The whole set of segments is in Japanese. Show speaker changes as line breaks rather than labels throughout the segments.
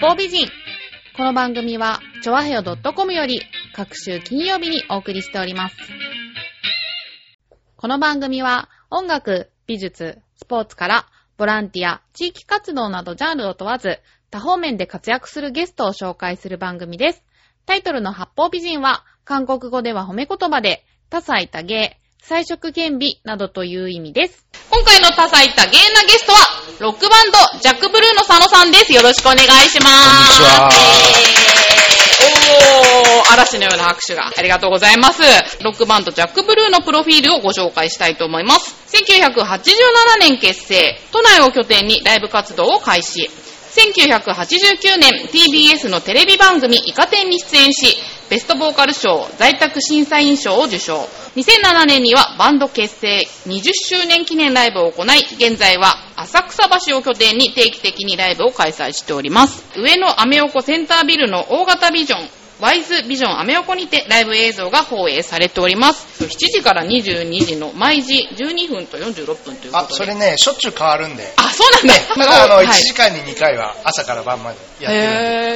方美人。この番組は、ちょわへよ .com より、各週金曜日にお送りしております。この番組は、音楽、美術、スポーツから、ボランティア、地域活動などジャンルを問わず、多方面で活躍するゲストを紹介する番組です。タイトルの八方美人は、韓国語では褒め言葉で、多彩多芸、彩色兼備などという意味です。今回の多彩多芸なゲストは、ロックバンド、ジャックブルーの佐野さんです。よろしくお願いします。
こんにち
おー、嵐のような拍手がありがとうございます。ロックバンド、ジャックブルーのプロフィールをご紹介したいと思います。1987年結成、都内を拠点にライブ活動を開始。1989年 TBS のテレビ番組「イカ天」に出演しベストボーカル賞在宅審査員賞を受賞2007年にはバンド結成20周年記念ライブを行い現在は浅草橋を拠点に定期的にライブを開催しております上野アメ横センタービルの大型ビジョンワイズビジョンアメ横にてライブ映像が放映されております7時から22時の毎時12分と46分ということで
あ、それね、しょっちゅう変わるんで。
あそうなんだ
だ からあの、
はい
1時間に2回は朝から晩までやってるん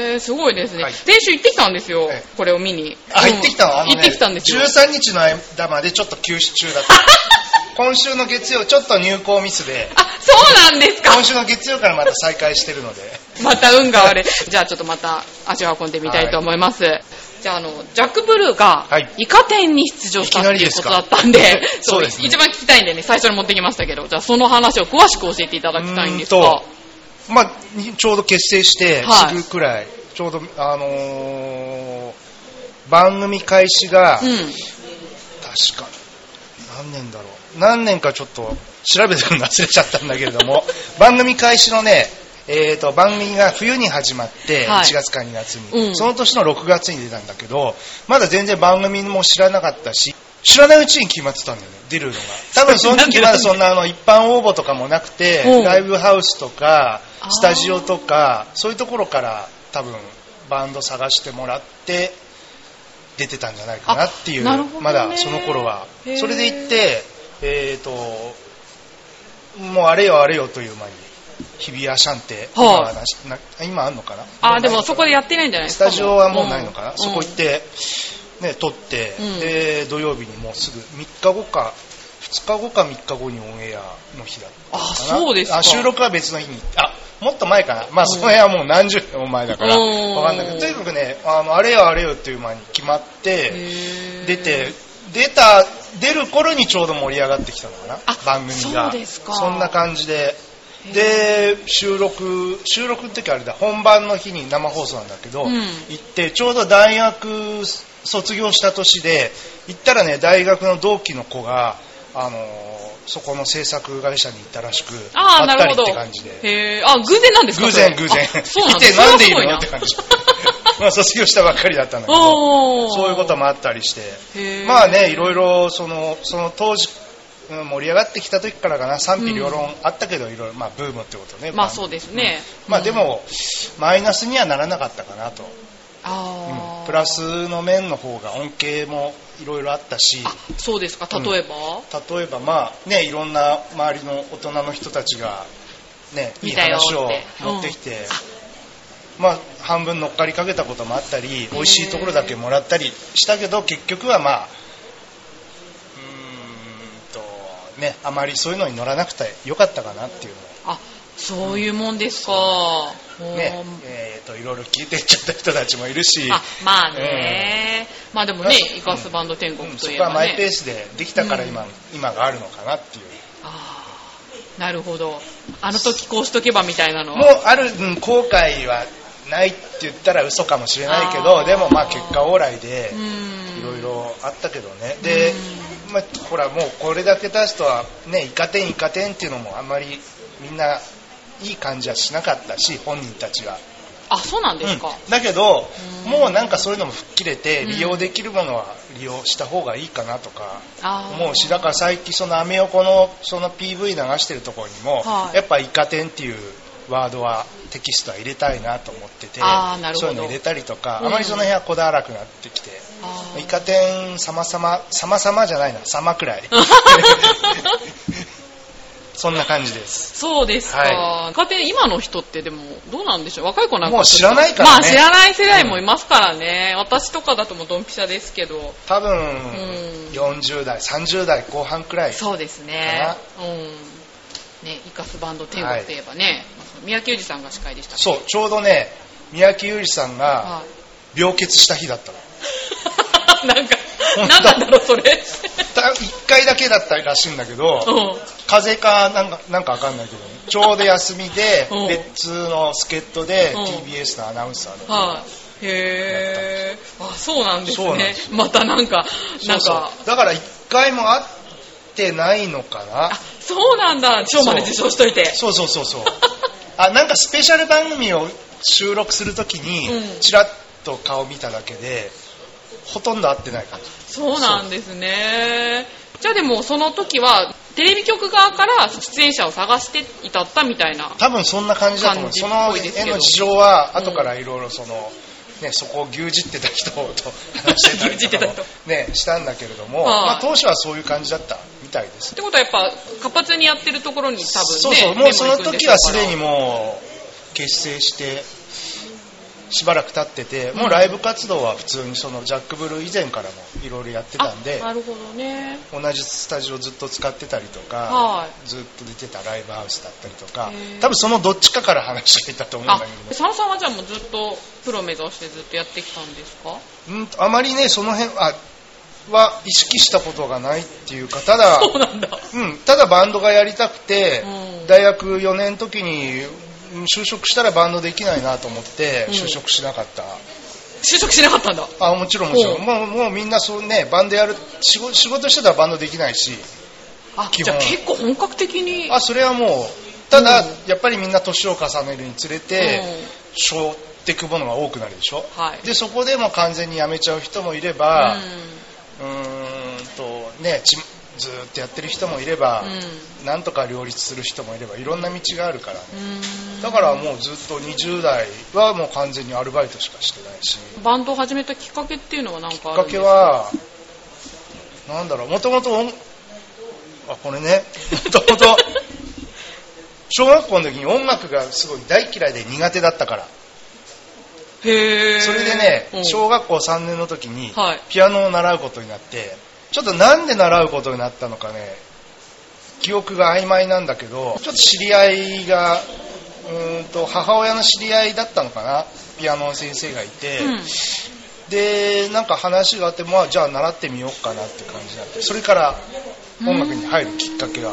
で。
へー、すごいですね。
はい
先週行ってきたんですよ
ええ、
これを見に。
あ、行ってきたのあのね
行ってきたんですよ。
13日の間までちょっと休止中だった。 今週の月曜、ちょっと入校ミスで、
あ、そうなんですか
今週の月曜からまた再開してるので。
また運が悪い。じゃあちょっとまた足を運んでみたいと思います。じゃああの、ジャック・ブルーが
はい、
イカ天に出場したっ
いき
て
なり
い
で
うこ
す
と
か
だったんで、
そうですね
一番聞きたいんでね、最初に持ってきましたけど、じゃあその話を詳しく教えていただきたいんです
うー
が
んと、まあ、にちょうど結成して
はい
すぐくらい、ちょうど、あのー番組開始が、
うん。
確か何年だろう何年かちょっと調べてくるの忘れちゃったんだけれ ども番組開始のねえー、と番組が冬に始まって
はい
1月か2月に、
うん
その年の6月に出たんだけどまだ全然番組も知らなかったし知らないうちに決まってたんだよね出るのが多分その時まだそんなあの一般応募とかもなくて
うん
ライブハウスとか
あー
スタジオとかそういうところから多分バンド探してもらって出てたんじゃないかなっていう
あなるほどね
まだその頃は
へー
それで行ってえっ、ともうあれよあれよという間に日比谷シャンテ、
はあ
今はなしな今あんのかな
あ、でもそこでやってないんじゃないで
ス
すか。
タジオはもうないのかな、
うん
そこ行って、ね、撮って、
うん
で土曜日にもうすぐ3日後か2日後か3日後にオンエアの日だったの
あ
な
そうですか
あ収録は別の日にあもっと前かなまあその辺はもう何十年も前だから
うん
わかんないけどとにかくねあのあれよあれよっていう間に決まって、
へー
出て、出た出る頃にちょうど盛り上がってきたのかな
あ
番組が
そうですか
そんな感じでで収録収録の時あれだ本番の日に生放送なんだけど、
うん
行ってちょうど大学卒業した年で行ったらね大学の同期の子があのそこの制作会社に行ったらしく
あー、
ば
な
った
る
り
ほ
っ
ど。
て感じで
へー、あ、偶然なんですか
偶
それ
然偶然
あそうなん
い
で
て
すか
なんでいるのって感じ まあ卒業したばっかりだったんだけど
おー
そういうこともあったりして
へー
まあね、いろいろそのその当時うん盛り上がってきた時からかな賛否両論あったけど、いろいろまあブームってことね。
まあそうですね。
うんまあでも、マイナスにはならなかったかなと、
あー、
プラスの面の方が恩恵もいろいろあったし
あそうですか
うん
例えば、
例えばまあねいろんな周りの大人の人たちがねい
見
い
たよって
話を持ってきて、まあ半分乗っかりかけたこともあったり美味しいところだけもらったりしたけど結局はまあうーんとねあまりそういうのに乗らなくてよかったかなっていう
あそういうもんですか、
の
ほ
を
ー
ね、えー、といろいろ聞いてっちゃった人たちもいるし。
あまあね、まあでもねイカスバンド天
う
国
ん
と
そ
いえ
こは
ば
マイ
ね、
ペースでできたから今,、今があるのかなっていう
あーなるほどあの時こうしとけばみたいなの
も
は
うある、うん後悔はないって言ったら嘘かもしれないけ
あ
ど
ー
でもまあ結果オーライで
うーん
いろいろあったけどねで、まあ、ほらもうこれだけ出すとはねイカ天イカ天っていうのもあんまりみんないい感じはしなかったし本人たちは、
あそうなんですか、
うんだけど
うん
もうなんかそういうのも吹っ切れて
うん
利用できるものは利用した方がいいかなとか
あー
思うしだから最近そのアメ横のその PV 流してるところにも、
はい
やっぱイカ天っていうワードはテキストは入れたいなと思ってて
あーなるほど
そういうの入れたりとか、
うん
あまりその辺はこだわらなくなってきて、
あー
イカ天様様様様じゃないな様くらい
あ
そんな感じです。
そうですか。
は
若手、今の人ってでも、どうなんでしょう若い子なんか。
もう知らないからね
まあ知らない世代もいますからね。私とかだともうドンピシャですけど。
多分、
ん
40代、30代後半くらい。
そうですね。うん。ね、イカスバンド天国といえばね、宮城裕二さんが司会でしたっけ
そう、ちょうどね、三宅裕二さんが
は
病欠した日だったの。
い。 なんか、なんなんだろう、それ。
た1回だけだったらしいんだけど、
う
風邪かなんかなんかわかんないけど、ちょうど休みで
うん、
別の助っ人で
うん
TBS のアナウンサー
ん。
の。
はい。へー。あ、そうなんです
そうなん
ね
で。
またなんか、なん
そう
か
そ、うだから1回も会ってないのかな
あ、そうなんだ。賞まで受賞しといて。
そうそうそうそう。あ、なんかスペシャル番組を収録するとき
うん
に、ちらっと顔見ただけで、ほとんど会ってない感じ。
そうなんですね。じゃあでもその時はテレビ局側から出演者を探していたったみたいな。
多分そんな感じだと思う。そ
感
の
じっぽいですけ
絵
ど
の事情は、後からいろいろその、ね、そこを牛耳ってた人と話してたりとか
牛耳ってた
も、ね、したんだけれど
は
も、
い
まあ当初はそういう感じだったみたいです
っ。てことはやっぱ活発にやってるところに多分ね。
そうそう、もうその時はすでに
も
もう結成して、しばらく経ってて、もうライブ活動は普通にそのジャック・ブルー以前からもいろいろやってたんで、
なるほどね。
同じスタジオずっと使ってたりとか、
は
ずっと出てたライブハウスだったりとか
へー、
多分そのどっちかから話していたと思うん
あ
だけど、も
佐野さんはじゃあもうずっとプロ目指してずっとやってきたんですか
うんあまりね、その辺はは意識したことがないっていうか、た だ、
そうなんだ。
うん、ただバンドがやりたくて、
うん
大学4年の時にうん就職したらバンドできないなと思って
うん
就職しなかった、
就職しなかったんだ。
あもちろんもちろ
うん
んもうもうみんなそうねバンドやる仕事仕事してたらバンドできないし
あ、
基本
じゃあ結構本格的に。
あそれはもうただ、
うん
やっぱりみんな年を重ねるにつれて、
うん
背負ってくものが多くなるでしょ、
はい
でそこでもう完全にやめちゃう人もいれば、うーんとねちずーっとやってる人もいれば、なんとか両立する人もいればいろんな道があるからね
うん。うん。
だからもうずっと20代はもう完全にアルバイトしかしてないしきっ
バンドを始めたきっかけっていうのはなんかある
か
んです
けはなんだろうもともと音あこれねもともと小学校の時に音楽がすごい大嫌いで苦手だったから
へー
それでね、
うん
小学校3年の時に
はい
ピアノを習うことになって、ちょっとなんで習うことになったのかね、記憶が曖昧なんだけど、ちょっと知り合いが、うーんと、母親の知り合いだったのかな、ピアノの先生がいて、
うん
で、なんか話があって、まあ、じゃあ習ってみようかなって感じになって、それから音楽に入るきっかけが、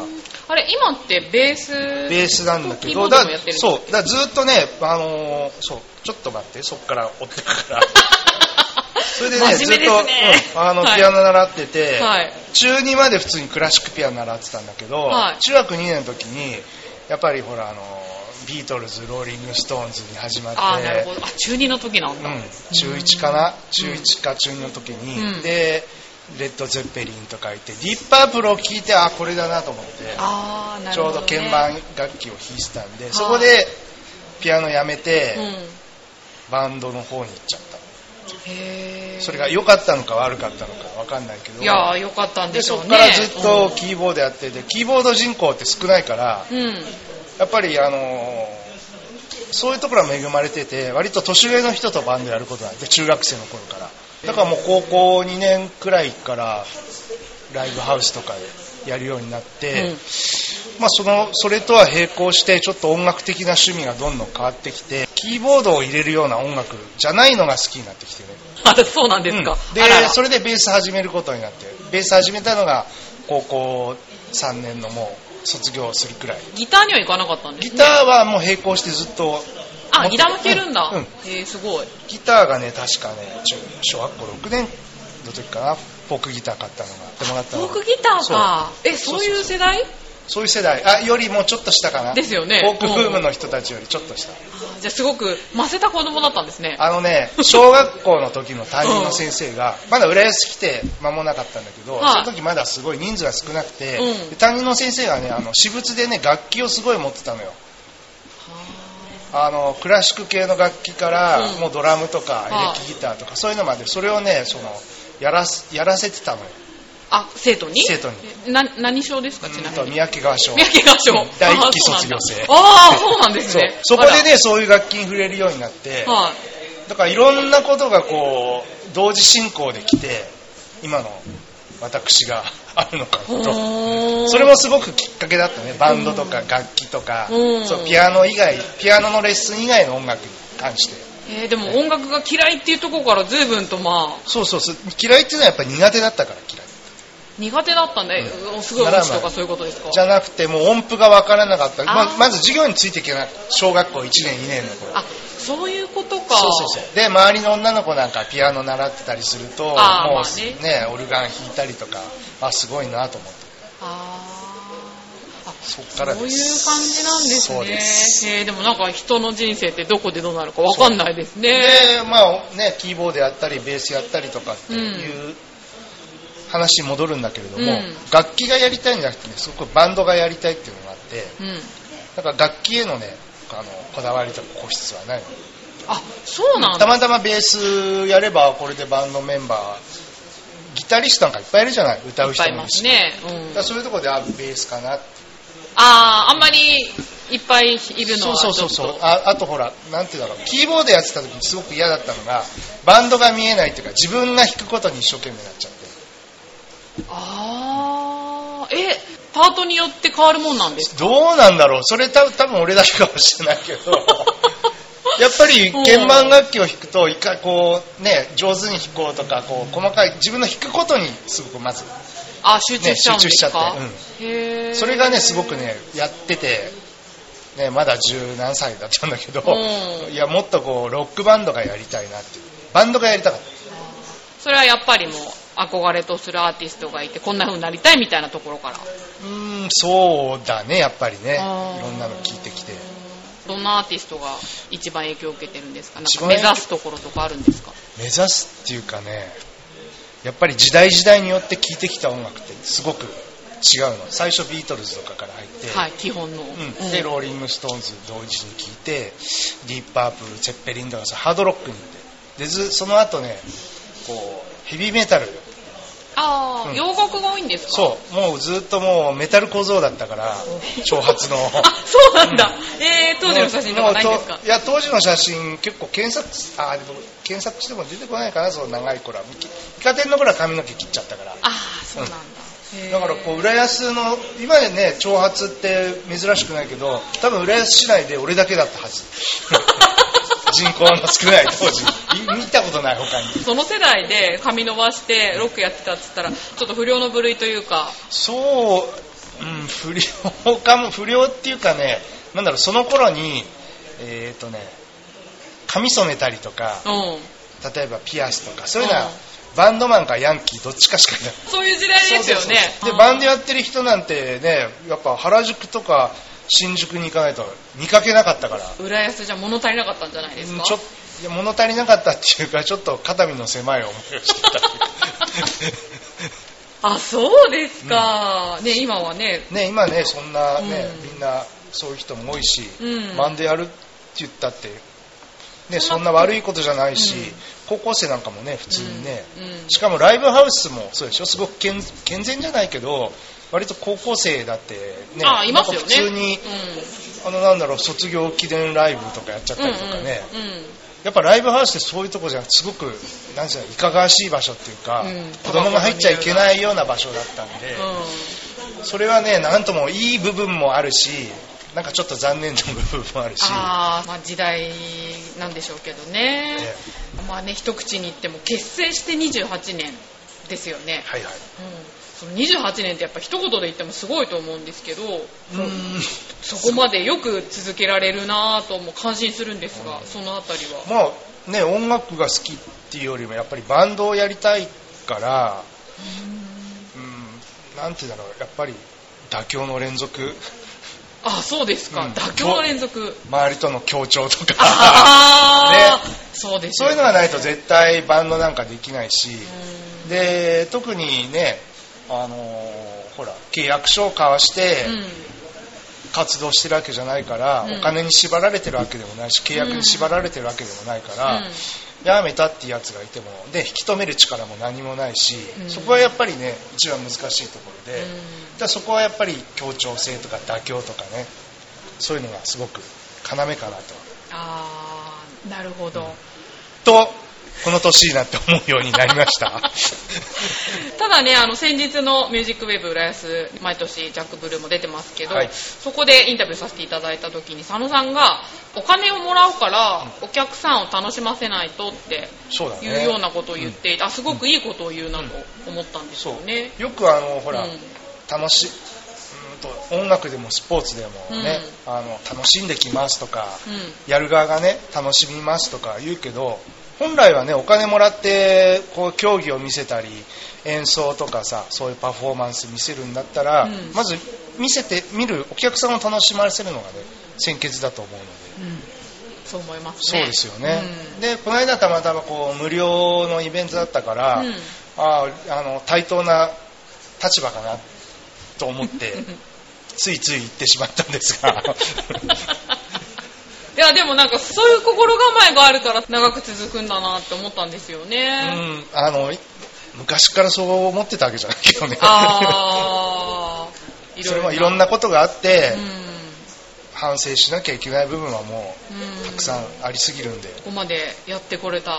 あれ、今ってベース。
ベースなんだけど、
キーボード
だ
もやってるんだっ
そう、だずっとね、あのーそう、ちょっと待って、そっから追ってく から。それでね、
真
ず
面目
っ
で
と、
すね
うんあの、
はい
ピアノ習ってて、
はい。
中2まで普通にクラシックピアノ習ってたんだけど、
はい
中学2年の時に、やっぱりほら、あの、ビートルズ、ローリング・ストーンズに始まって、
あーなるほど。あ、中二の時なん
う
だ。
ん、中1かな、中1か中2の時に、
うん
で、レッド・ゼッペリンとかいて、ディープ・パープルを聴いて、あ、これだなと思って、
あーな
ち
る
ょ
ほ
う
ど、
ど
ね。
鍵盤楽器を弾いてたんで、
い
そこでピアノやめて、
うん。
バンドの方に行っちゃった。
へー
それが良かったのか悪かったのか分かんないけど。
いやー、よかったんで
で
し
そ
ょう
こ
ね。
からずっとキーボードやってて、キーボード人口って少ないから、
うん。うん。
やっぱりあのーそういうところは恵まれてて、割と年上の人とバンドやることなんて、中学生の頃から。だからもう高校2年くらいから、ライブハウスとかでやるようになって、
うん
まあその、それとは並行して、ちょっと音楽的な趣味がどんどん変わってきて、キーボードを入れるような音楽じゃないのが好きになってきてね。
あれ、そうなんですか。
うんで
あらら
それでベース始めることになってベース始めたのが高校3年のもう卒業するくらい
ギターにはいかなかったんで
ギ
す
タ
ね。
ーはもう並行してずっと
あ、ギターも弾けるんだ。
うんうん
へーすごい。
ギターがね確かね中小学校6年の時かなフォークギター買ったのが買ってもらった
フォ
の
ー
が
クギターか。え、
そ
そう
そうそう
ういう世代
そういう世代あよりもうちょっと下かな
ですよね
フォークブームの人たちよりちょっと下
あーじゃあ、すごく、ませた子供だったんですね。
あのね、小学校の時の担任の先生が、まだ浦安来て間もなかったんだけど、
はい
その時まだすごい人数が少なくて、
うん
で担任の先生がね、あの、私物でね、楽器をすごい持ってたのよ。あの、クラシック系の楽器から、
うん
もうドラムとか、
は
エ
い
レキギターとか、そういうのまで、それをね、その、やらす、やらせてたのよ。
あ、生徒に
生徒に。
えな、何賞ですか、ちな
あ
み
と
に。
三宅川賞。
宮城合唱。
第一期卒業生
あーそうなんだあー、そう
そう
なんですね。
そこでね、そういう楽器に触れるようになって
あ、ら。はい。
だからいろんなことがこう、同時進行できて、今の私があるのかなと。
ほー
それもすごくきっかけだったね。バンドとか楽器とか、
うん
そうピアノ以外、ピアノのレッスン以外の音楽に関して。
えーでも音楽が嫌いっていうところから随分とまあ、
そうそうそう、嫌いっていうのはやっぱり苦手だったから嫌い。
苦手だったんで、
うん
おすごい音痴とかそういうことですか
じゃなくてもう音符が分からなかった。
あー
ままず授業についていけない。小学校1年、2年の頃。
あ、そういうことか。
そうそうそう。で、周りの女の子なんかピアノ習ってたりすると、もう
あーまあね
ねオルガン弾いたりとか、あ、すごいなと思って。
あーあ
そっから
そう
で
いう
す。
感じなんですね。
そうです
えーでもなんか人の人生ってどこでどうなるかわかんないですね。
で、まあね、キーボードやったり、ベースやったりとかっていう、話に戻るんだけれども、
うん
楽器がやりたいんじゃなくてね、すごくバンドがやりたいっていうのがあって、
うん。
だから楽器へのね、あのこだわりとか個室はないの
あ、そうなん
た
だ。
またまベースやればこれでバンドメンバーギタリストなんかいっぱいいるじゃない歌
いうっぱ
人
いい
もい
ま
る
す
し、
ね。う
だ
ん
か、らそういうとこであベースかなって
あーあんまりいっぱいいるの
そう
はち
そ
ょっと。
うそうそうああとほらなんていうんだろうキーボードやってた時にすごく嫌だったのがバンドが見えないっていうか自分が弾くことに一生懸命になっちゃって
あーえ、パートによって変わるもんなんですか
どうなんだろうそれ多分多分俺だけかもしれない けどやっぱり鍵盤楽器を弾くと一回こうね上手に弾こうとかこう細かい自分の弾くことにすごくまず
あ、集中しちゃうんですか、
ね
へー
それがね、すごくね、やってて、ね、まだ十何歳だったんだけど、
うん
いや、もっとこう、ロックバンドがやりたいなっていう。バンドがやりたかっ
それはやっぱりもう憧れとするアーティストがいてこんな風になりたいみたいなところから
た。うーん、そうだね、やっぱりね。い
あー
ろんなの聞いてきて。
どんなアーティストが一番影響を受けてるんですかなん
一
か
番
目
影響
指すところとかあるんですか
目指すっていうかね、やっぱり時代時代によって聞いてきた音楽ってすごく違うの。最初ビートルズとかから入って、
はい基本の、
うん、で、ローリング・ストーンズ同時に聞いて、ディープ・パープル、チェッペリンとかさ、ハードロックに行って、でずその後ね、こう、ヘビーメタル、
ああ、
うん
洋楽が多いんですかう
そう、もうずっともうメタル小僧だったから、挑発の。
あそうなんだ、えー、当時の写真とかないんです
も
か
うといや、当時の写真結構検索、あ、でも検索しても出てこないかな、その長い頃は。イカ天の頃は髪の毛切っちゃったから。
ああそうなんだ、へー
だからこう、浦安の、今でね、挑発って珍しくないけど、多分浦安市内で俺だけだったはず。人口の少ない当時。 い見たことない他 に。
その世代で髪伸ばしてロックやってたっつったらちょっと不良の部類というか
そう、うん、不良かも、不良っていうかね、なんだろう、その頃に、えっ、とね、髪染めたりとか、
うん
例えばピアスとか、そういうのは、
うん
バンドマンかヤンキーどっちかしかいない。
そういう時代ですよね
で、バンドやってる人なんてね、やっぱ原宿とか新宿に行かないと見かけなかったから、
ド浦安じゃ物足りなかったんじゃないです
うん
か
ちょっといや物足りなかったっていうか、ちょっと肩身の狭い思いをして たっていうか
あそうですか、ね今はね
ね、今ね、そんなね、
うん
みんなそういう人も多いし、
うん
バンドやるって言ったって、ね、
そ
そ
ん
ん
な
な悪いことじゃないし、
うん
高校生なんかもね、普通にね、
うんうん
しかもライブハウスもそうでしょ、すごく健健全じゃないけど、割と高校生だってね、
あいますよね
なんか普通に、あのなんだろう、卒業記念ライブとかやっちゃっ
うん
たりとかね、
うんうんうん
やっぱライブハウスってそういうとこじゃなくてすごくなんていうのいかがわしい場所っていうか、
うん
子供が入っちゃいけないような場所だったんで、
う
それはね、なんともいい部分もあるし、なんかちょっと残念な部分もあるし、
あーまあ時代なんでしょうけどね
ね
まあね一口に言っても結成して28年ですよね、
はいは
う
い。
ん、その28年ってやっぱ一言で言ってもすごいと思うんですけど
うーん
そこまでよく続けられるなぁとも感心するんですが、そのあたりは
まあね、音楽が好きっていうよりも、やっぱりバンドをやりたいから、うん、なんていうんだろう、やっぱり妥協の連続、
あそうですか、
うん
妥協の連続
周りとの協調と か、
ああ、そうです
そう
よ
いうのがないと絶対バンドなんかできないし、
う
で、特にね、あのーほら、契約書を交わして、
んうん
活動してるわけじゃないから、
うん
お金に縛られてるわけでもないし契約に縛られてるわけでもないから、
うん
やめたっていうやつがいてもで引き止める力も何もないし、
うん
そこはやっぱりね一番難しいところで、
う
だからそこはやっぱり協調性とか妥協とかねそういうのがすごく要かなと
あーなるほど、
とこの年になって思うようになりました
ただねあの先日の「ミュージックウェーブ浦安」毎年ジャック・ブルーも出てますけど、
はい
そこでインタビューさせていただいた時に佐野さんがお金をもらうからお客さんを楽しませないとって
そうだね
いうようなことを言っていて、あすごくいいことを言うなと思ったんです
そ
よ
う
ね。
よくあのほら、
うん
楽しうんと音楽でもスポーツでもね、あの楽しんできますとか、
うん
やる側がね楽しみますとか言うけど本来はねお金もらってこう競技を見せたり演奏とかさそういうパフォーマンス見せるんだったら、
うん
まず見せて見るお客さんを楽しませるのがね先決だと思うので
うんそう思います
そう
ね。
ですよね、
うん
でこの間たまたまこう無料のイベントだったから、
うん
あーあの対等な立場かなと思 ってついつい言ってしまったんですが
いやでもなんかそういう心構えがあるから長く続くんだなって思ったんですよ
う
ね。
んあの昔からそう思ってたわけじゃないけどね
あーい
そ
ろい
れ
ろ
もいろんなことがあって、
う
反省しなきゃいけない部分はも
んうん
うたくさんありすぎるんで、
ここまでやってこれた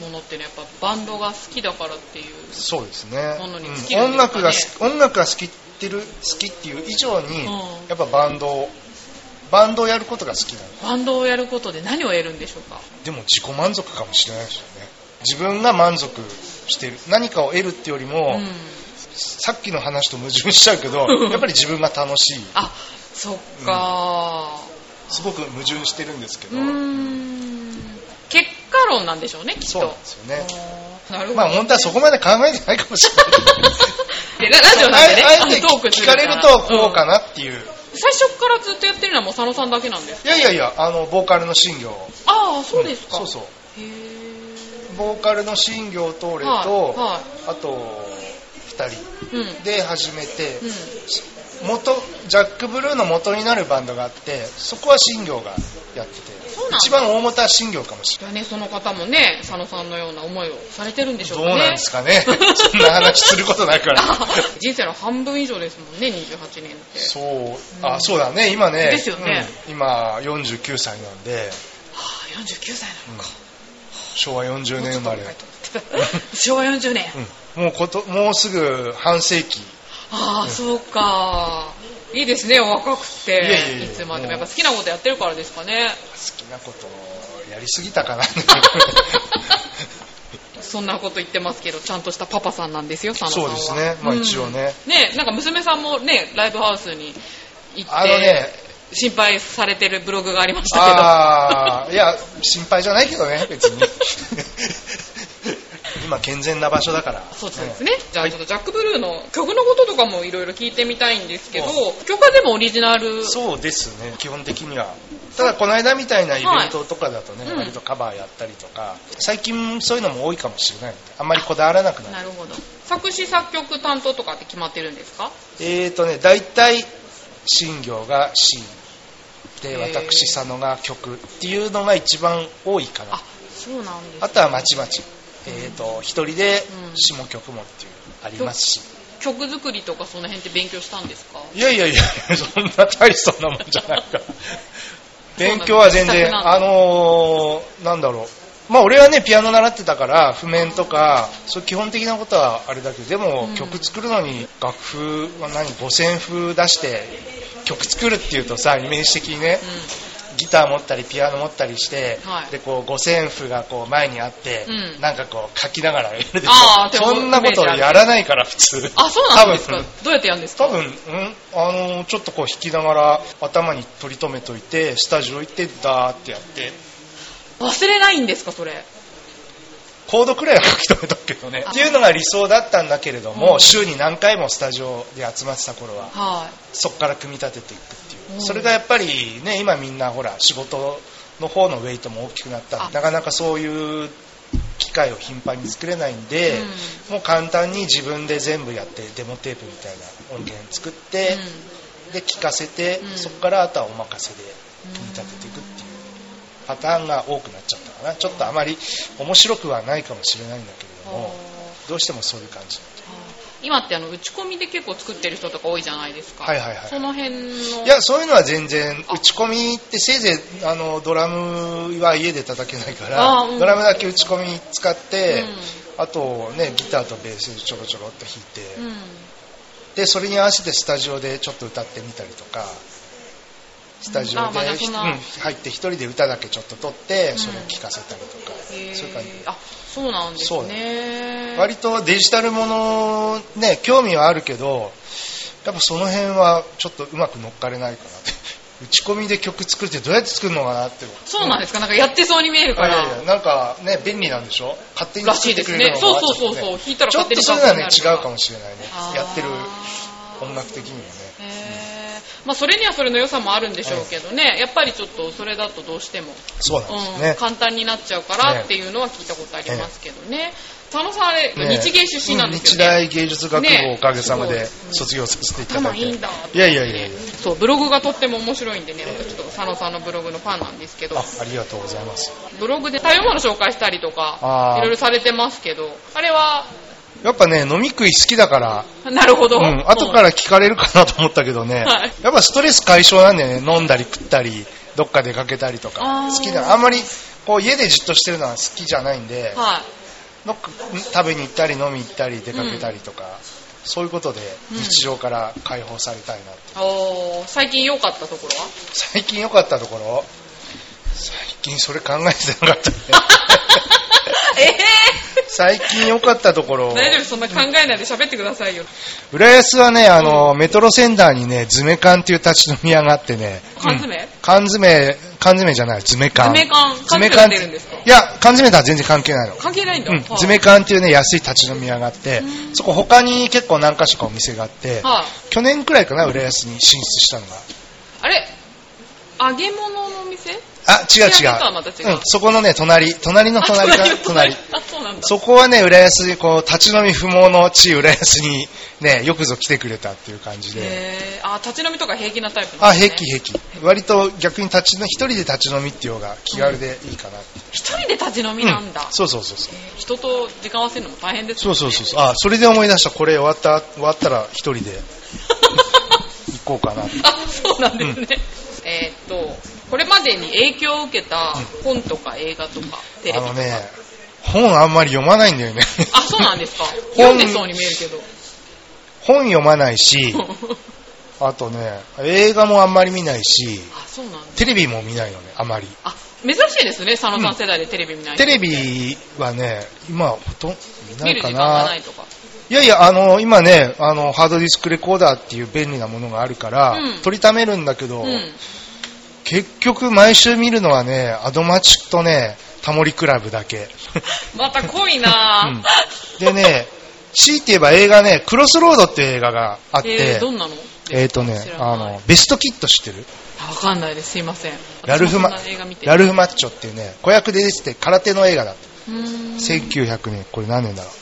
ものってねやっぱバンドが好きだからっていう
そうですね、
ものに尽き
う
る
ん
ん
音
ですかね
楽が好き音楽が好きってる好きっていう以上に、
うん
やっぱバンドをバンドをやることが好きなの
バンドをやることで何を得るんでしょうか
でも自己満足かもしれないですよね自分が満足してる何かを得るってよりも、
うん
さっきの話と矛盾しちゃう けどやっぱり自分が楽しい
あそっか
すごく矛盾してるんですけ
う
ど、
ーん結果論なんでしょうねきっと
そうなんですよね
あーなるほど
まあ 本当はそこまで考えてないかもしれない
でララジオ
あ
なんでね
えあえて
トークす
聞
るか
かられるとこうか
ん
なっていう、
最初からずっとやってるのはもう佐野さんだけなんです
いやいやいやあのボーカルの新業
ああそうですか、
そうそう
へえ
ボーカルの新業通れ
は
と、
いは
あと2人
うん
で始めて、
うん
元ジャック・ブルーの元になるバンドがあってそこは新業がやってて
そうなんだ
一番大元は新業かもしれ
じゃあねその方もね佐野さんのような思いをされてるんでしょう
な
か
い
ね
どうなんですかね そんな話することない から
人生の半分以上ですもんね28年って
そうあそうだね今ね
ですよね
うん今49歳なんで、
はあ49歳
うん
なのか、
昭和40年生まれ、
もうちょっと若いと思ってた昭和40年、
うんもうこともうすぐ半世紀
ああそうかいいですねお若くてい
いやいやいや
つまでもやっぱ好きなことやってるからですかね
好きなことをやりすぎ たかな
そんなこと言ってますけどちゃんとしたパパさんなんですよ佐野さんは
そうですねまあ
うん
一応ね
ねなんか娘さんもねライブハウスに行っ
あ
て、
のね
心配されてるブログがありましたけど
ああいや心配じゃないけどね別に 今健全な場所だから
そうですね。じゃあちょっとジャック・ブルーの曲のこととかもいろいろ聞いてみたいんですけど
う、
曲はでもオリジナル。
うんそうですね基本的にはただこの間みたいなイベントとかだとね、
はいうん
割とカバーやったりとか最近そういうのも多いかもしれないあんまりこだわらなくなる
なるほど。作詞作曲担当とかって決まってるんですか
えーとね大体新行が C
へ
で
ー
私佐野が曲っていうのが一番多いかな
あ、そうなんです。
あとはまちまち、えー、と一人で
うん
詩も曲もっていうありますし、
曲作りとかその辺って勉強したんですか
いやいや いやそんな大したなもんじゃない から勉強は全
そう
然
な
あのーなんだろうまあ俺はねピアノ習ってたから譜面とかそういう基本的なことはあれだけどでも
うん
曲作るのに楽譜は何5000譜出して曲作るっていうとさイメージ的にね、ギター持ったりピアノ持ったりして、
はい
でこう五線譜がこう前にあって、
うん
なんかこう書きながらやるでしょ
あーでも
そんなことやらないから普通
あ、そうなんですか
多分
どうやってやるんですか
多分、うん、あのーちょっとこう弾きながら頭に取り留めといてスタジオ行ってダーってやって
忘れないんですかそれ。
コードくらいは書き留めとくけどね
あ
っていうのが理想だったんだけれども、
うん
週に何回もスタジオで集まってた頃は
は
そこから組み立てていくっていう、
うん
それがやっぱりね今みんなほら仕事の方のウェイトも大きくなった
あ
んでなかなかそういう機会を頻繁に作れないんで、もう簡単に自分で全部やってデモテープみたいな音源作っ
い。
て、で聞かせて、
うん
そこからあとはお任せで
うん
組み立てていくっていう、パターンが多くなっちゃったかなちょっとあまり面白くはないかもしれないんだけれどもどうしてもそういう感じ
今ってあの打ち込みで結構作ってる人とか多いじゃないですか、
はいはいはい
その辺の
いやそういうのは全然
あ
打ち込みってせいぜいあのドラムは家で叩けないか
あ
ら、
うん
ドラムだけ打ち込み使っ
う、
てあとねギターとベースちょろちょろっと弾いて、
んうん
でそれに合わせてスタジオでちょっと歌ってみたりとかスタジオで、
あまだそんな
うん入って一人で歌だけちょっと撮って、
うん
それを聴かせたりとか、
へー
そういう感じ
あそうなんです
そう
ね
割とデジタルものね興味はあるけどやっぱその辺はちょっとうまく乗っかれないかなって 打ち込みで曲作るってどうやって作るのかなって
そうなんですか、なんかやってそうに見えるか
い
ら
やいやなんかね便利なんでしょ勝手に
らし
作
い
っ
で
てく
す
れる
ね
の
そう
が
そうそう
ち
そ
ょ
う
っとね
弾いたら
ちょっ
勝手
と
に
それ
参考に
はね
なる
違うかも
し
しれないねやってる音楽的にもね
へーまあ、それにはそれの良さもあるんでしょうけどね、やっぱりちょっとそれだとどうしても、
そうなんですね
うん、簡単になっちゃうからっていうのは聞いたことありますけどね、佐野さんあれ、
ね
日芸出身なんですよ
日
ね
大芸術学部をおかげさま
ね
で卒業させていただ
頭
い
い
て、
いんだ
いやいやいやいや
そうブログがとっても面白いんでね私ちょっと佐野さんのブログのファンなんですけど
あありがとうございます
ブログで食べ物紹介したりとか
あー
いろいろされてますけどあれは
やっぱね飲み食い好きだから
なるほど、
うん、後からら聞かれるかなと思ったけどね、
はい
やっぱストレス解消なんだよね飲んだり食ったりどっか出かけたりと
あ
か
ー
好きなあんまりこう家でじっとしてるのは好きじゃないんで、
はい
どっかん食べに行ったり飲み行ったり出かけたりとか、そういうことで
うん
日常から解放されたいなって、
おー最近良かったところは
最近良かったところ最近それ考えてなかったね
え
最近良かったとこ
え
ろ
大丈夫そんな考えないで喋ってくださいよ
浦安はねあの、メトロセンターにねズメ缶っていう立ち飲み屋があってね
缶詰、
缶詰、缶詰じゃない、ズメ缶。
ズメ缶缶詰売ってるんですか
いや、缶詰とは全然関係ないの。
関係ないんだ、
うん
はい
ズメ缶っていうね、安い立ち飲み屋があって、そこ他に結構何か所かお店があって、
はい
去年くらいかな、浦安に進出したのが。
あれ揚げ物のお店
あ、違う
知
違
らないとはまた違
う。
う
うん、そこのね、隣、隣の隣
あ
が、
隣
隣。
あそうなんだ
そこはね、浦安に、こう、立ち飲み不毛の地、浦安にね、よくぞ来てくれたっていう感じで。
へえあ立ち飲みとか平気なタイプな
あ、
んです
平
ね
気平気。割と逆に立ち飲み、一人で立ち飲みっていう方が気軽でいいかなって。
一人で立ち飲みなんだ、
うそうそうそうそう。
えー人と時間合わせるのも大変です
そ
も
うん
ね
そ うそうそう。あ、それで思い出した。これ終わった、終わったら一人で行こうかな。
あそうなんですね、えーっとこれまでに影響を受けた本とか映画とかテレビ
あ
とか
のね、本あんまり読まないんだよね。
あそうなんですか読
本
んでそうに見えるけど
本読まないし、あとね、映画もあんまり見ないし、
あそうなんです
テレビも見ないのね、あまり。
あ珍しいですね佐野さん世代でテレビ見ない人
テレビはね、今ほとんど見な
見
い
る
か
時間がな
な。
い
い
とか
やいや、あの、今ね、あの、ハードディスクレコーダーっていう便利なものがあるから、
うん
取りためるんだけど、
うん
結局毎週見るのはね、アドマチとね、タモリクラブだ け。
また濃いなぁ、
でね、強いて言えば映画ね、クロスロードっていう映画があって、
えー、どんなの
えっ、とね
知ら、
あ
ない
の、ベストキッド知ってる
あわかんないですすいません
ラルフマ
私もそんな映画見、て
ラルフマッチョっていうね、子役で出てて空手の映画だった。
うーん
1900年、これ何年だろう。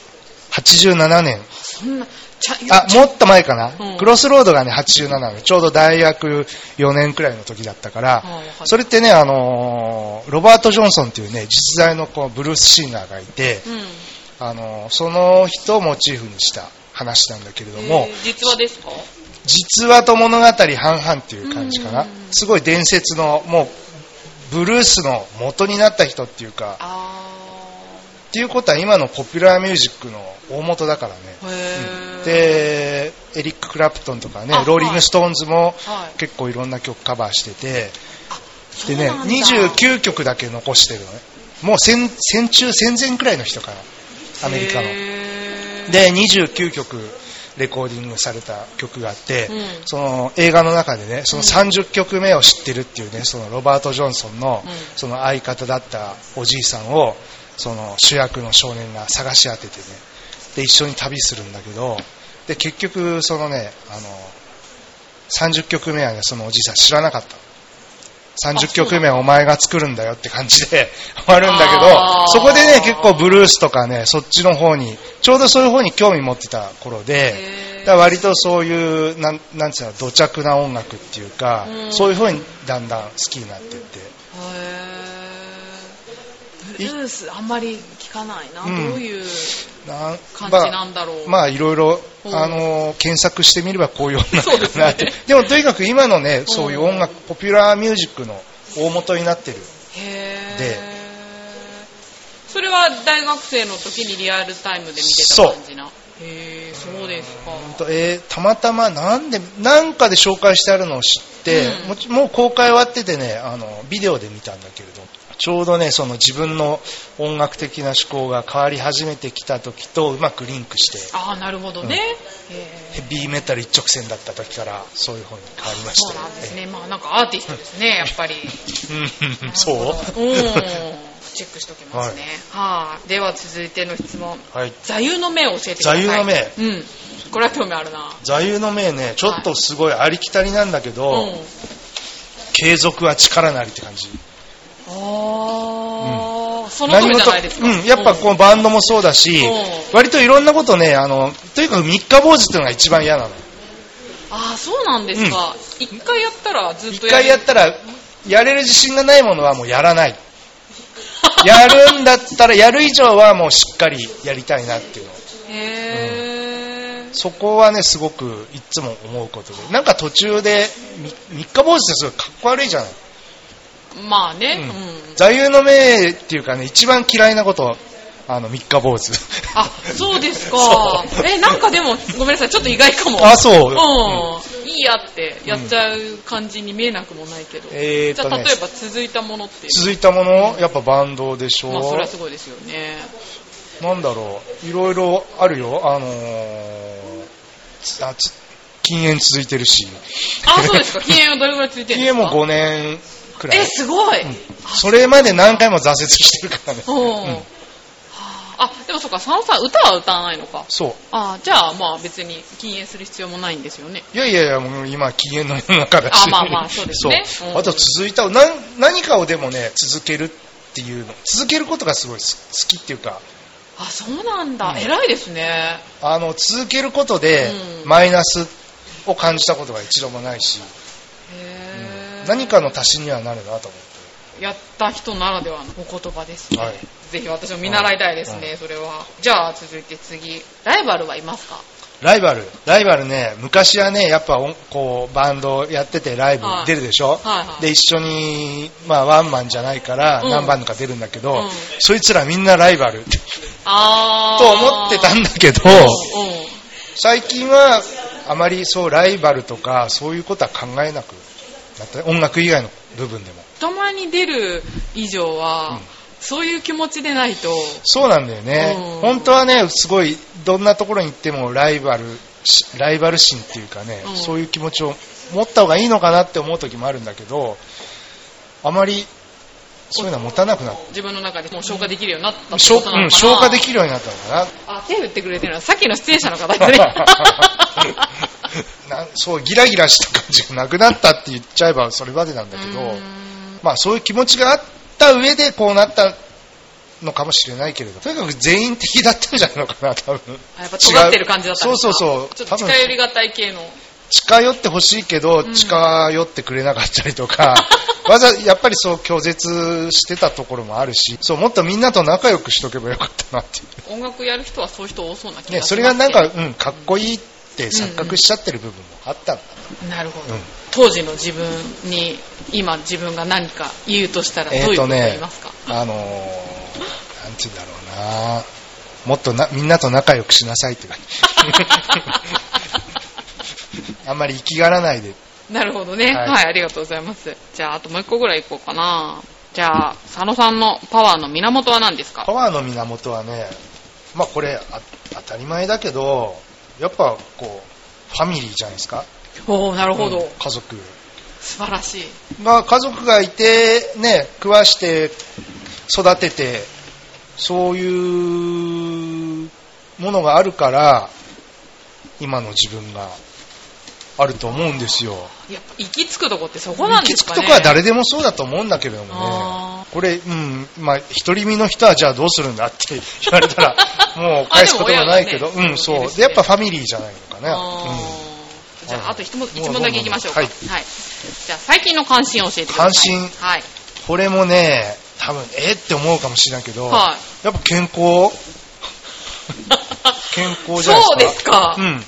87年。
そんなちゃ
あ、もっと前か
うん
な。クロスロードがね、87年。ちょうど大学4年くらいの時だったか
あわ
ら
かる、
それってね、あのーロバート・ジョンソンっていうね、実在のこうブルースシンガーがいて、
うん
あのーその人をモチーフにした話なんだけれども、
えー実話ですか
実話と物語半々っていう感じか
う。
なんすごい伝説の、もう、ブルースの元になった人っていうか、
あ
っていうことは今のポピュラーミュージックの大元だからね。
ーへー
で、エリック・クラプトンとかね
あ、
ローリング・ストーンズも
はい
結構いろんな曲カバーしてて、
そう
でね、
なんだ
29曲だけ残してるのね。もう戦戦中戦前くらいの人かな、アメリカの。
へー
で29曲レコーディングされた曲があって、
うん
その映画の中でねその30曲目を知ってるっていうねそのロバート・ジョンソンの
うん
その相方だったおじいさんをその主役の少年が探し当ててねで一緒に旅するんだけどで結局そのねあの30曲目はねそのおじいさん知らなかった30曲目はお前が作るんだよって感じで 終わるんだけ
あー
ど、そこでね、結構ブルースとかね、そっちの方に、ちょうどそういう方に興味持ってた頃で、
へ
だ
ー
から割とそういう、なん、なんつうの、土着な音楽っていうか
う、ん
そういう方にだんだん好きになってって。
へルースあんまり聞かないな、
うん
どういう
なん
感じ
まあ
なんだろう、
まあいろいろ、
うん
あのー検索してみればこういうような
そうですね
なってでもとにかく今のねそういう音楽ポピュラーミュージックの大元になってる
へ
で
えそれは大学生の時にリアルタイムで見てた感じなへえそうですか
ほんとえーたまたまなんでなんかで紹介してあるのを知って、
うん
もちもう公開終わっててねあのビデオで見たんだけれどちょうどねその自分の音楽的な思考が変わり始めてきた時とうまくリンクして
ああなるほどね、
うん
へえ
ヘビーメタル一直線だった時からそういう方に変わりまし
そ
た
うなんですね、まあなんかアーティストです ねやっぱり
ええうんそう
うんチェックしときますねはい、では続いての質問
はい
座右の銘を教えてください
座右の銘
うんこれは興味あるな
座右の銘ねちょっとすごいありきたりなんだけど、
うん
継続は力なりって感じ
ああ、その通りじゃないですか。
うん、やっぱこのバンドもそうだし、
うん
割といろんなことね、あの、とにかく三日坊主っていうのが一番嫌なの。
ああ、そうなんですか。一、回やったらずっ
一
とや
回
る。
やったら、やれる自信がないものはもうやらない。やるんだったら、やる以上はもうしっかりやりたいなっていうの。
へー
そこはね、すごくいつも思うことで。なんか途中で、み三日坊主ってすごいかっこ悪いじゃない。
まあね、
う
うんん。
座右の銘っていうかね、一番嫌いなこと、あの、三日坊主。
あ、そうですか
そう。
え、なんかでも、ごめんなさい、ちょっと意外かも。
あ、そう。
うん。いいやって、やっちゃう感じに見えなくもないけど。
えーっ
じゃ
と
あ、
ね
例えば続いたものって。
続いたもの、やっぱバンドでしょう。
まあ、それはすごいですよね。
なんだろう、いろいろあるよ、あのーつあつ禁煙続いてるし、
あ、そうですか。禁煙はどれぐらい続いてるん
禁
です
煙
か
も5年くら
え、
い、
すごい。
それまで何回も挫折してるからね、
うん
うん
はあ、あでもそっか、サンさん歌は歌わないのか。
そう、
あじゃあ、まあ別に禁煙する必要もないんですよね。
いやいやいや、もう今、禁煙の世の中だし、
あまあまあそうですね
そう
うん
あと続いたなん、何かをでもね、続けるっていうの、続けることがすごい好好きっていうか、
あ、そうなんだ。
うん
偉いですね。
あの続けることで
う、ん
マイナスを感じたことが一度もないし、
へー
何かの足しにはなるなと思
やった人ならではのお言葉です
って。
ね。
はい
ぜひ私も見習いたいですね、それは。じゃあ続いて次。ライバルはいますか
ライバル、ライバルね、昔はね、やっぱおこうバンドやっててライブ
はい
出るでしょ、
はいはい
で一緒に、まあ、ワンマンじゃないから
うん
何番か出るんだけど、
うん
そいつらみんなライバル
あ
と思ってたん
だ
だけど、
うん。うん
最近はあまりそうライバルとかそういうことは考えなくなったね音楽以外の部分でも。
人前に出る以上は、
うん
そういう気持ちでないと、
そうなんだよね
うん。
本当はね、すごい、どんなところに行ってもライバルし、ライバル心っていうかね、
うん
そういう気持ちを持った方がいいのかなって思う時もあるんだけど、あまり、そういうのは持たなくなっ
自分の中でもう消化できるようになったってこ
た。
と
消
なのかな、
うん消化できるようにな ったのか
あ、手振ってくれてるのはさっきの出演者の 方ですね。
な。なそう、ギラギラした感じがなくなったって言っちゃえばそれまでなんだけ ど、
うーん
まあそういう気持ちがあった上でこうなったのかもしれないけれど、とにかく全員的だったんじゃないのかな、多分。
あやっぱ尖ってる感じだったんですか
そうそうそう
ちょっと近寄りがたい系の。
近寄ってほしいけど、
ん
近寄ってくれなかったりとか、 わざ、やっぱりそう拒絶してたところもあるし、そう、もっとみんなと仲良くしとけばよかったなってい
音楽やる人はそういう人多そうな気がし
う。
ま
ね、
す
それがなんか、うん、かっこいいって錯覚しちゃってる部分もあったんだ。
なるほど、
うん
当時の自分に、今自分が何か言うとしたらどういう
えっ
こと
と
を言い
ね
ますか、、
あのー、なんて言うんだろうなもっとな、みんなと仲良くしなさいって感 じ。あんまり生きがらないで。
なるほどね、
は
はいい。ありがとうございます。じゃあ、あともう一個ぐらい行こうかな。じゃあ、佐野さんのパワーの源は何です
パ
か
ワーの源はね、まあこれあ当たり前だけど、やっぱこう、ファミリーじゃないですか。
おおなるほど、
うん家族。
素晴らしい。
まあ家族がいて、ね、食わして、育てて、そういうものがあるから、今の自分があると思うんですよ。
やっぱ行き着くとこってそこなんで
き
す
つ
か
く
ね。
とこは誰でもそうだと思うんだけれどもね
あ。、
これ、うん、まあ、独り身の人はじゃあどうするんだって言われたら もう返すこともないけど、
あでも親がね
うん、
そう
そ
で
う。
す
で、
ね
やっぱファミリーじゃないのかね。うん
あーじゃあ、あと一問一問だけいきましょうか。
は
はいい。じゃあ、最近の関心を教えてください。
関心
はい。
これもね、多分えって思うかもしれないけど、
は
やっぱ健康健康じゃ
そう
な
で
いです
す
か
か。
うん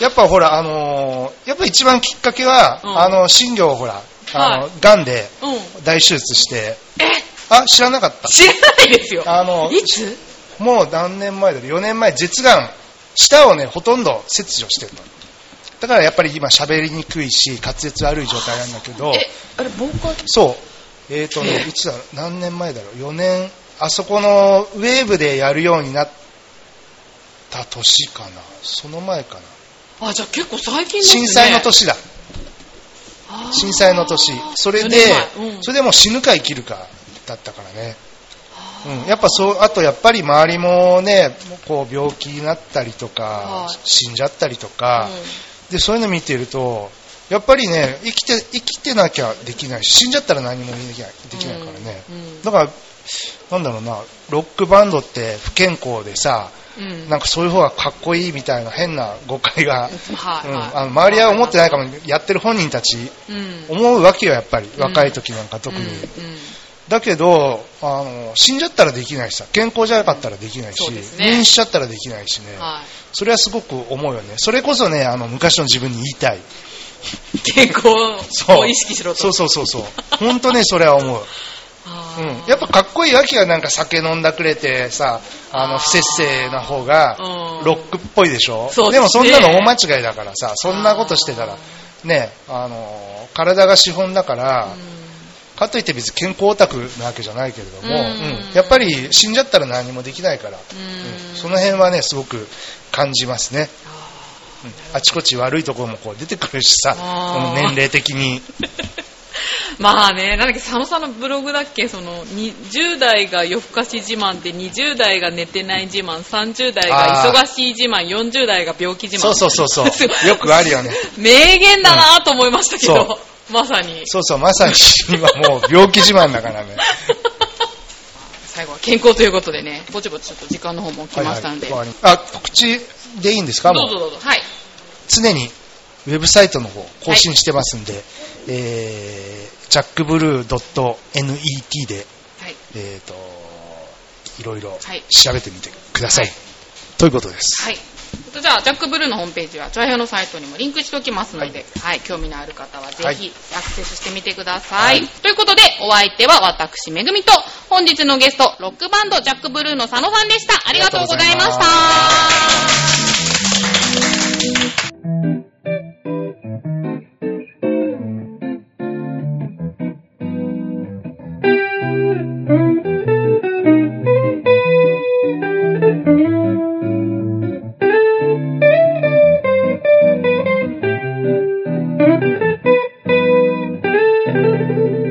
やっぱほらあのーやっぱ一番きっかけは、
うん
あの新業ほらあの、
は
癌で
うん。
大手術して
え、
あ知らなかった
知らないですよ。
あの
いつ
もう何年前だろ4年前舌がん舌をねほとんど切除してるのだからやっぱり今喋りにくいし滑舌悪い状態なんだけど
え、あれ、防寒
そうえっ、とねいつだろう何年前だろう4年あそこのウェーブでやるようになった年かなその前かな
あ、じゃあ結構最近ですね。
震災の年だ
あー。
震災の年それで
四年前うん
それでもう死ぬか生きるかだったからね
あ
うん、やっぱそう、あとやっぱり周りもね、こう病気になったりとか、
はい
死んじゃったりとか、
うん
で、そういうの見てると、やっぱりね、生きて、生きてなきゃできないし、死んじゃったら何もできない、できないからね。
うん
だから、なんだろうな、ロックバンドって不健康でさ、
うん
なんかそういう方がかっこいいみたいな変な誤解が、
はい
うん
はい
あの周りは思ってないかも、やってる本人たち、
うん
思うわけよ、やっぱり。
ん
若い時なんか特に。
うんうん
だけどあの死んじゃったらできないしさ健康じゃなかったらできない
そ
し、
うですね
入院しちゃったらできないしね、
はい
それはすごく思うよねそれこそねあの昔の自分に言いたい
健康
そ
を
う
意識しろと。
そうそうそうそう本当ねそれは思う、
あ
う
ー
ん、やっぱかっこいいわけがなんか酒飲んだくれてさあ
あー
の不節制な方が
うん
ロックっぽいでしょ、
そうで
です
ね
もそんなの大間違いだからさそんなことしてたらねあの体が資本だから、かといって別に健康オタクなわけじゃないけれども、
うん
うんやっぱり死んじゃったら何もできないから、
うん
うんその辺はねすごく感じますね、
あ
うんあちこち悪いところもこう出てくるしさ
あー
うん年齢的に
ー まあね、なんだっけ、佐野さんのブログだっけ、その、に10代が夜更かし自慢で、20代が寝てない自慢、30代が忙しい自慢、40代が病気自慢。
そうそうそうそう よくあるよね
名言だなと思いましたけど、まさに。
そうそうまさに今もう病気自慢だからね
最後は健康ということでね、ぼちぼちちょっと時間の方も来ましたんで。
はいはいあ告知でいいんですかも
どうぞどうぞ。はい。
常にウェブサイトの方更新してますんで、えー、jackblue.net で
はい。
えー、といろいろ
はい
調べてみてください、ということです、
はい。じゃあ、ジャックブルーのホームページは、チョアヘのサイトにもリンクしておきますので、はい、興味のある方はぜ
はい
ひアクセスしてみてください。
はい
ということで、お相手は私、めぐみと、本日のゲスト、ロックバンド、ジャックブルーの佐野さんでした。ありがとうございました。
thank